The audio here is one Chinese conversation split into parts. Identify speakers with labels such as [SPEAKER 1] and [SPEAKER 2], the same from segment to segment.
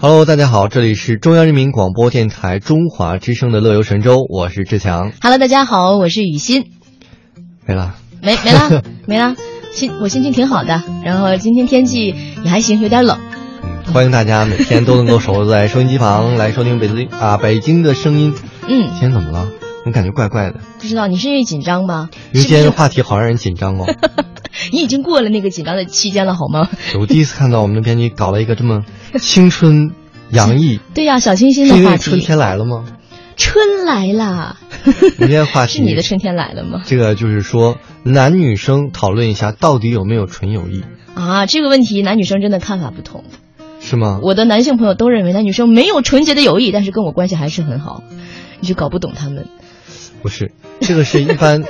[SPEAKER 1] Hello，大家好，这里是中央人民广播电台中华之声的《乐游神州》，我是志强。
[SPEAKER 2] Hello，大家好，我是雨欣。
[SPEAKER 1] 没了，
[SPEAKER 2] 没没啦，没啦。心我心情挺好的，然后今天天气也还行，有点冷。
[SPEAKER 1] 嗯，欢迎大家每天都能够守在收音机旁来收听北京啊北京的声音。
[SPEAKER 2] 嗯
[SPEAKER 1] 今天怎么了？你感觉怪怪的，
[SPEAKER 2] 不知道你是因为紧张吗？
[SPEAKER 1] 因为今
[SPEAKER 2] 是不
[SPEAKER 1] 天
[SPEAKER 2] 是
[SPEAKER 1] 的话题好让人紧张 哦。
[SPEAKER 2] 你已经过了那个紧张的期间了，好吗？
[SPEAKER 1] 我第一次看到我们的编辑搞了一个这么青春洋溢，
[SPEAKER 2] 对呀、小清新
[SPEAKER 1] 是
[SPEAKER 2] 的
[SPEAKER 1] 因
[SPEAKER 2] 话
[SPEAKER 1] 为
[SPEAKER 2] 题。
[SPEAKER 1] 春天来了吗？
[SPEAKER 2] 春来啦！
[SPEAKER 1] 今天话题
[SPEAKER 2] 是你的春天来了吗？
[SPEAKER 1] 这个就是说，男女生讨论一下到底有没有纯友谊，
[SPEAKER 2] 啊，这个问题男女生真的看法不同。
[SPEAKER 1] 是吗？
[SPEAKER 2] 我的男性朋友都认为男女生没有纯洁的友谊，但是跟我关系还是很好，你就搞不懂他们。
[SPEAKER 1] 不是，这个是一般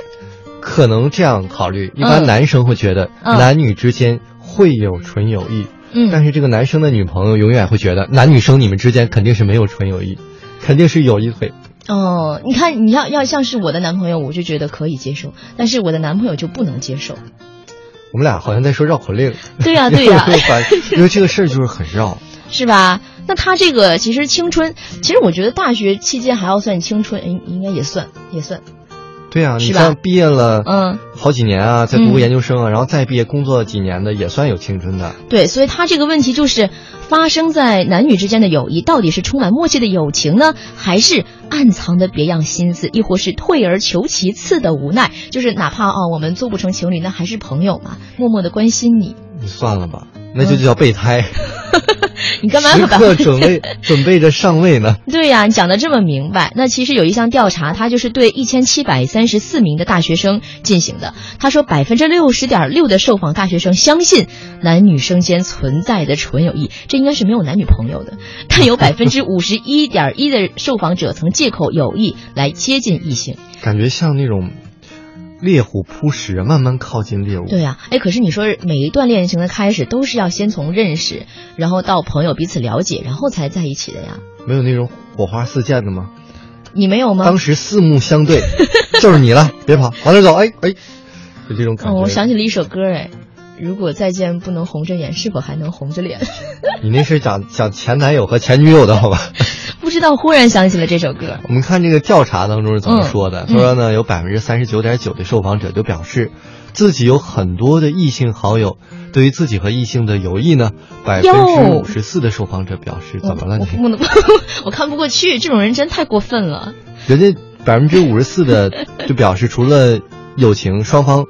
[SPEAKER 1] 可能这样考虑，一般
[SPEAKER 2] 嗯
[SPEAKER 1] 男生会觉得
[SPEAKER 2] 嗯
[SPEAKER 1] 男女之间会有纯友谊，
[SPEAKER 2] 嗯，
[SPEAKER 1] 但是这个男生的女朋友永远会觉得男女生你们之间肯定是没有纯友谊，肯定是有一腿。
[SPEAKER 2] 哦，你看，你要要像是我的男朋友，我就觉得可以接受，但是我的男朋友就不能接受。
[SPEAKER 1] 我们俩好像在说绕口令，
[SPEAKER 2] 对呀、啊对 呀、
[SPEAKER 1] 因为这个事儿就是很绕。
[SPEAKER 2] 是吧？那他这个其实青春，其实我觉得大学期间还要算青春，应应该也算也算，
[SPEAKER 1] 对啊，你
[SPEAKER 2] 是吧
[SPEAKER 1] 像毕业了，
[SPEAKER 2] 嗯，
[SPEAKER 1] 好几年啊，再读个
[SPEAKER 2] 嗯
[SPEAKER 1] 研究生啊，然后再毕业工作几年的，也算有青春的。
[SPEAKER 2] 对，所以他这个问题就是发生在男女之间的友谊，到底是充满默契的友情呢，还是暗藏的别样心思，亦或是退而求其次的无奈？就是哪怕啊，我们做不成情侣，那还是朋友嘛，默默的关心你。
[SPEAKER 1] 你算了吧，那
[SPEAKER 2] 嗯
[SPEAKER 1] 就叫备胎，
[SPEAKER 2] 你干嘛
[SPEAKER 1] 时
[SPEAKER 2] 要把？
[SPEAKER 1] 刻准备准备着上位呢。
[SPEAKER 2] 对呀、你讲的这么明白。那其实有一项调查，它就是对一千七百三十四名的大学生进行的。他说，百分之六十点六的受访大学生相信男女生间存在的纯友谊，这应该是没有男女朋友的。但有百分之五十一点一的受访者曾借口友谊来接近异性。
[SPEAKER 1] 感觉像那种猎虎扑食，慢慢靠近猎物。
[SPEAKER 2] 对呀、哎，可是你说每一段恋情的开始都是要先从认识，然后到朋友彼此了解，然后才在一起的呀。
[SPEAKER 1] 没有那种火花四溅的吗？
[SPEAKER 2] 你没有吗？
[SPEAKER 1] 当时四目相 对，就是你了，别跑，往这走，哎哎，就这种感
[SPEAKER 2] 哦，
[SPEAKER 1] 觉。
[SPEAKER 2] 我想起了一首歌，哎，如果再见不能红着眼，是否还能红着脸？
[SPEAKER 1] 你那是讲讲前男友和前女友的好吧？
[SPEAKER 2] 不知道，忽然想起了这首歌。
[SPEAKER 1] 我们看这个调查当中是怎么说的？
[SPEAKER 2] 嗯
[SPEAKER 1] 他说呢，有百分之三十九点九的受访者就表示，自己有很多的异性好友，对于自己和异性的友谊呢，百分之
[SPEAKER 2] 哟哦
[SPEAKER 1] 五十四的受访者表示
[SPEAKER 2] 我
[SPEAKER 1] 怎么了
[SPEAKER 2] 我
[SPEAKER 1] 你？
[SPEAKER 2] 不能，我看不过去，这种人真太过分了。
[SPEAKER 1] 人家百分之五十四 的就表示，除了友情，双方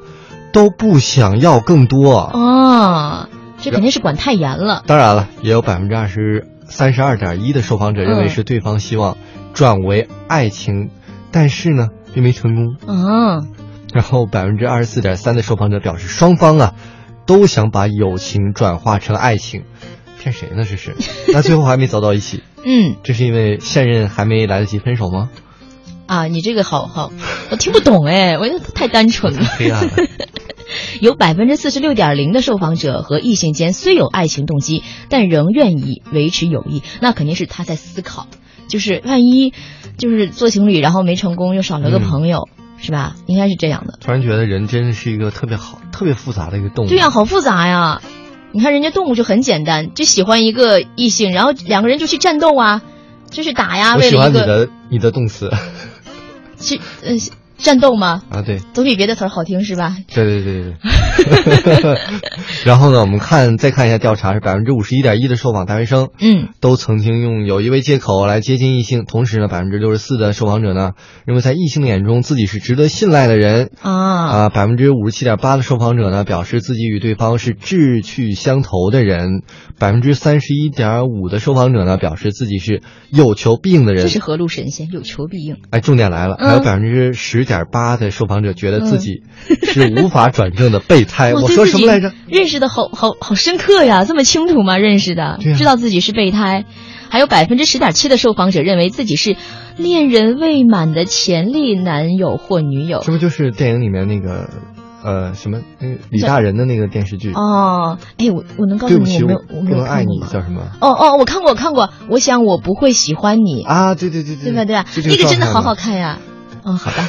[SPEAKER 1] 都不想要更多。啊
[SPEAKER 2] 哦，这肯定是管太严了。
[SPEAKER 1] 当然了，也有百分之二十三十二点一的受访者认为
[SPEAKER 2] 嗯
[SPEAKER 1] 是对方希望转为爱情，但是呢又没成功。
[SPEAKER 2] 啊，
[SPEAKER 1] 然后百分之二十四点三的受访者表示，双方啊都想把友情转化成爱情，骗谁呢这 是？那最后还没走到一起，
[SPEAKER 2] 嗯
[SPEAKER 1] 这是因为现任还没来得及分手 吗？
[SPEAKER 2] 啊，你这个好好，我听不懂哎，我觉得太单纯了。
[SPEAKER 1] 黑暗了。
[SPEAKER 2] 有百分之四十六点零的受访者和异性间虽有爱情动机，但仍愿意维持友谊，那肯定是他在思考，就是万一就是做情侣然后没成功，又少了个
[SPEAKER 1] 嗯
[SPEAKER 2] 朋友，是吧？应该是这样的。
[SPEAKER 1] 突然觉得人真的是一个特别好、特别复杂的一个动物。
[SPEAKER 2] 对呀、好复杂呀！你看人家动物就很简单，就喜欢一个异性，然后两个人就去战斗啊，就是打呀，
[SPEAKER 1] 我
[SPEAKER 2] 为
[SPEAKER 1] 喜
[SPEAKER 2] 了
[SPEAKER 1] 欢
[SPEAKER 2] 一
[SPEAKER 1] 你
[SPEAKER 2] 个
[SPEAKER 1] 的你的动词
[SPEAKER 2] 去呃战斗嘛，
[SPEAKER 1] 啊，对。
[SPEAKER 2] 总比别的词儿好听是吧？
[SPEAKER 1] 对对对对 对，然后呢，我们看再看一下调查，是百分之五十一点一的受访大学生
[SPEAKER 2] 嗯
[SPEAKER 1] 都曾经用友谊为借口来接近异性，同时呢，百分之六十四的受访者呢认为在异性的眼中自己是值得信赖的人
[SPEAKER 2] 啊，
[SPEAKER 1] 啊，百分之五十七点八的受访者呢表示自己与对方是志趣相投的人，百分之三十一点五的受访者呢表示自己是有求必应的人
[SPEAKER 2] 这，是河路神仙，有求必应。
[SPEAKER 1] 哎，重点来了，还有
[SPEAKER 2] 嗯
[SPEAKER 1] 百分之十点八的受访者觉得自己 是无法转正的备胎。
[SPEAKER 2] 哇
[SPEAKER 1] 哎我
[SPEAKER 2] 对
[SPEAKER 1] 说
[SPEAKER 2] 嗯自
[SPEAKER 1] 什
[SPEAKER 2] 己哦
[SPEAKER 1] 么来着？
[SPEAKER 2] 认识的好好好深刻呀，这么清楚吗？认识的，
[SPEAKER 1] 对啊
[SPEAKER 2] 知道自己是备胎。还有百分之十点七的受访者认为自己是恋人未满的潜力男友或女友
[SPEAKER 1] 这。不就是电影里面那个呃什么那个李大人的那个电视剧？
[SPEAKER 2] 哦，哎，我我能告诉
[SPEAKER 1] 对不
[SPEAKER 2] 你
[SPEAKER 1] 起，
[SPEAKER 2] 我没
[SPEAKER 1] 我
[SPEAKER 2] 有我没
[SPEAKER 1] 不
[SPEAKER 2] 有
[SPEAKER 1] 能爱
[SPEAKER 2] 看过
[SPEAKER 1] 你
[SPEAKER 2] 吗？
[SPEAKER 1] 叫什么？
[SPEAKER 2] 哦哦，我看过我看过，我想我不会喜欢你，
[SPEAKER 1] 啊，对对对
[SPEAKER 2] 嗯对吧对吧？
[SPEAKER 1] 就这
[SPEAKER 2] 那个
[SPEAKER 1] 状
[SPEAKER 2] 真的
[SPEAKER 1] 态
[SPEAKER 2] 好
[SPEAKER 1] 嘛
[SPEAKER 2] 好看呀。嗯，好吧，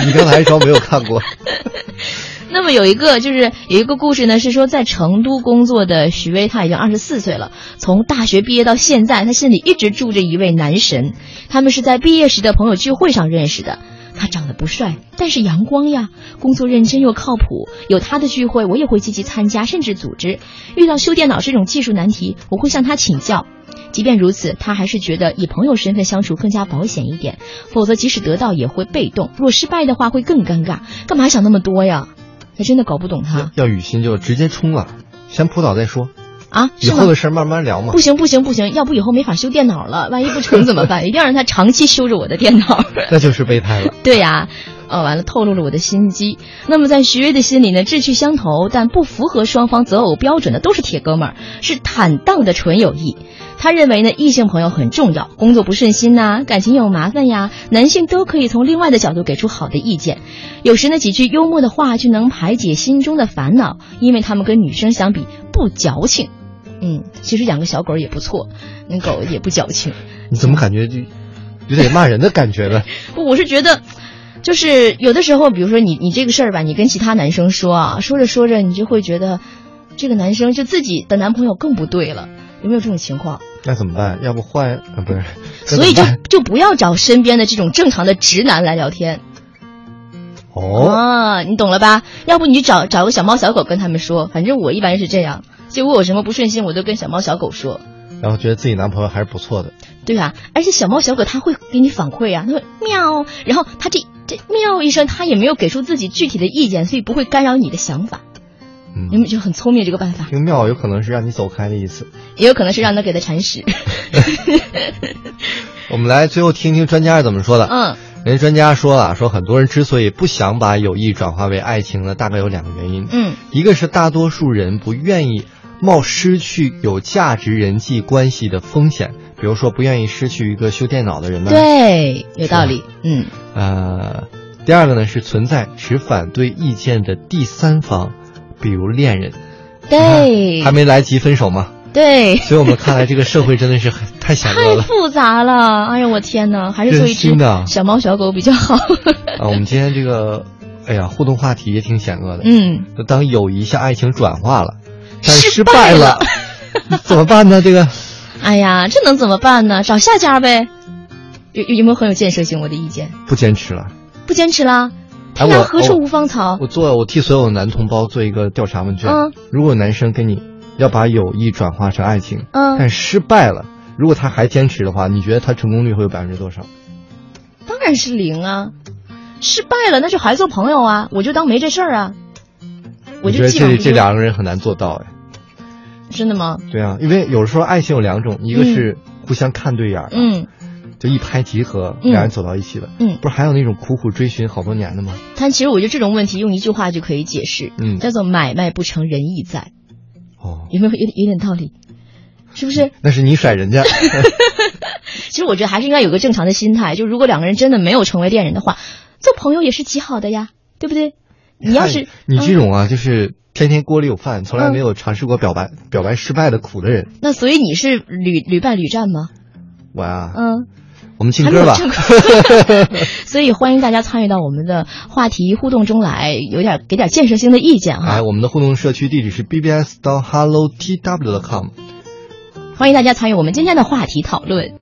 [SPEAKER 1] 你你刚才还说没有看过，
[SPEAKER 2] 那么有一个就是有一个故事呢，是说在成都工作的徐威，他已经二十四岁了，从大学毕业到现在，他心里一直住着一位男神。他们是在毕业时的朋友聚会上认识的。他长得不帅，但是阳光呀，工作认真又靠谱。有他的聚会，我也会积极参加，甚至组织。遇到修电脑这种技术难题，我会向他请教。即便如此，他还是觉得以朋友身份相处更加保险一点，否则即使得到也会被动。如果失败的话，会更尴尬。干嘛想那么多呀？还真的搞不懂他
[SPEAKER 1] 要雨欣就直接冲了，先扑倒再说，
[SPEAKER 2] 啊？
[SPEAKER 1] 以
[SPEAKER 2] 是
[SPEAKER 1] 后
[SPEAKER 2] 吗？
[SPEAKER 1] 的事儿慢慢聊嘛
[SPEAKER 2] 不。行不行不行，要不以后没法修电脑了，万一不成怎么办？一定要让他长期修着我的电脑。
[SPEAKER 1] 那就是备胎了。
[SPEAKER 2] 对呀、呃、完了，透露了我的心机。那么在徐威的心里呢，志趣相投但不符合双方择偶标准的都是铁哥们儿，是坦荡的纯友谊。他认为呢，异性朋友很重要，工作不顺心呐、感情有麻烦呀，男性都可以从另外的角度给出好的意见。有时呢，几句幽默的话就能排解心中的烦恼，因为他们跟女生相比不矫情。嗯，其实养个小狗也不错，那狗也不矫情。
[SPEAKER 1] 你怎么感觉就有点骂人的感觉 呢？
[SPEAKER 2] 不，我是觉得，就是有的时候，比如说你你这个事儿吧，你跟其他男生说啊，说着说着，你就会觉得，这个男生就自己的男朋友更不对了，有没有这种情况？
[SPEAKER 1] 那怎么办？要不换？啊，不是。那
[SPEAKER 2] 所
[SPEAKER 1] 怎
[SPEAKER 2] 以就
[SPEAKER 1] 么办
[SPEAKER 2] 就不要找身边的这种正常的直男来聊天
[SPEAKER 1] 哦，
[SPEAKER 2] 啊，你懂了吧？要不你就找找个小猫小狗跟他们说，反正我一般是这样，就我有什么不顺心，我都跟小猫小狗说。
[SPEAKER 1] 然后觉得自己男朋友还是不错的。
[SPEAKER 2] 对啊，而且小猫小狗它会给你反馈啊，它会喵，然后它这这喵一声，它也没有给出自己具体的意见，所以不会干扰你的想法。你
[SPEAKER 1] 嗯，
[SPEAKER 2] 们就很聪明这个办法，
[SPEAKER 1] 这个妙有可能是让你走开的意思。
[SPEAKER 2] 也有可能是让它给它铲 屎。
[SPEAKER 1] 我们来最后听听专家是怎么说的。
[SPEAKER 2] 嗯，
[SPEAKER 1] 人家专家说了，说很多人之所以不想把友谊转化为爱情呢，大概有两个原因。
[SPEAKER 2] 嗯，
[SPEAKER 1] 一个是大多数人不愿意冒失去有价值人际关系的风险，比如说不愿意失去一个修电脑的人呢。。
[SPEAKER 2] 对，有道理。嗯
[SPEAKER 1] 呃，第二个呢是存在持反对意见的第三方，比如恋人，
[SPEAKER 2] 对
[SPEAKER 1] 还没来及分手嘛。
[SPEAKER 2] 对，
[SPEAKER 1] 所以我们看来这个社会真的是很太险恶
[SPEAKER 2] 太
[SPEAKER 1] 了
[SPEAKER 2] 复杂了。哎呀，我天哪，还是做
[SPEAKER 1] 真
[SPEAKER 2] 一只
[SPEAKER 1] 心的
[SPEAKER 2] 小猫小狗比较好。
[SPEAKER 1] 啊！我们今天这个，哎呀，互动话题也挺险恶的。
[SPEAKER 2] 嗯，
[SPEAKER 1] 就当友谊向爱情转化了，但是
[SPEAKER 2] 失
[SPEAKER 1] 失
[SPEAKER 2] 败
[SPEAKER 1] 败
[SPEAKER 2] 了
[SPEAKER 1] 了， 怎么办呢？这个
[SPEAKER 2] 哎呀，这能怎么办呢？找下家呗。有有有没有很有建设性？我的意见，
[SPEAKER 1] 不坚持了。
[SPEAKER 2] 不坚持啦。
[SPEAKER 1] 哎
[SPEAKER 2] 天涯
[SPEAKER 1] 我
[SPEAKER 2] 何处无芳草？
[SPEAKER 1] 我做，我替所有男同胞做一个调查问卷。
[SPEAKER 2] 嗯
[SPEAKER 1] 如果男生跟你要把友谊转化成爱情，
[SPEAKER 2] 嗯，
[SPEAKER 1] 但失败了，如果他还坚持的话，你觉得他成功率会有百分之多少？
[SPEAKER 2] 当然是零啊。失败了，那就还做朋友啊，我就当没这事儿啊。我
[SPEAKER 1] 我觉
[SPEAKER 2] 就
[SPEAKER 1] 得
[SPEAKER 2] 既往
[SPEAKER 1] 这
[SPEAKER 2] 不
[SPEAKER 1] 这
[SPEAKER 2] 咎
[SPEAKER 1] 两个人很难做到哎。
[SPEAKER 2] 真的吗？
[SPEAKER 1] 对啊，因为有时候爱情有两种，一个是互相看对眼儿，
[SPEAKER 2] 嗯，
[SPEAKER 1] 就一拍即合，
[SPEAKER 2] 嗯
[SPEAKER 1] 两人走到一起了。
[SPEAKER 2] 嗯
[SPEAKER 1] 不是还有那种苦苦追寻好多年的吗？
[SPEAKER 2] 但其实我觉得这种问题用一句话就可以解释，
[SPEAKER 1] 嗯
[SPEAKER 2] 叫做买卖不成仁义在， 嗯
[SPEAKER 1] 哦，
[SPEAKER 2] 有没有有有点道理？是不是？
[SPEAKER 1] 那是你甩人家。
[SPEAKER 2] 其实我觉得还是应该有个正常的心态，就如果两个人真的没有成为恋人的话，做朋友也是极好的呀，对不对？ 你 要是嗯
[SPEAKER 1] 看你这种啊，就是天天锅里有饭，从来没有尝试过表白表白失败的苦的人，
[SPEAKER 2] 那，所以你是屡屡败屡战吗？
[SPEAKER 1] 我啊，
[SPEAKER 2] 嗯，
[SPEAKER 1] 我们
[SPEAKER 2] 还
[SPEAKER 1] 听
[SPEAKER 2] 没
[SPEAKER 1] 歌
[SPEAKER 2] 有
[SPEAKER 1] 吧。
[SPEAKER 2] 正 所以欢迎大家参与到我们的话题互动中来，有点给点建设性的意见哈。
[SPEAKER 1] 哎，我们的互动社区地址是 bbs 到 hello tw.com。
[SPEAKER 2] 欢迎大家参与我们今天的话题讨论。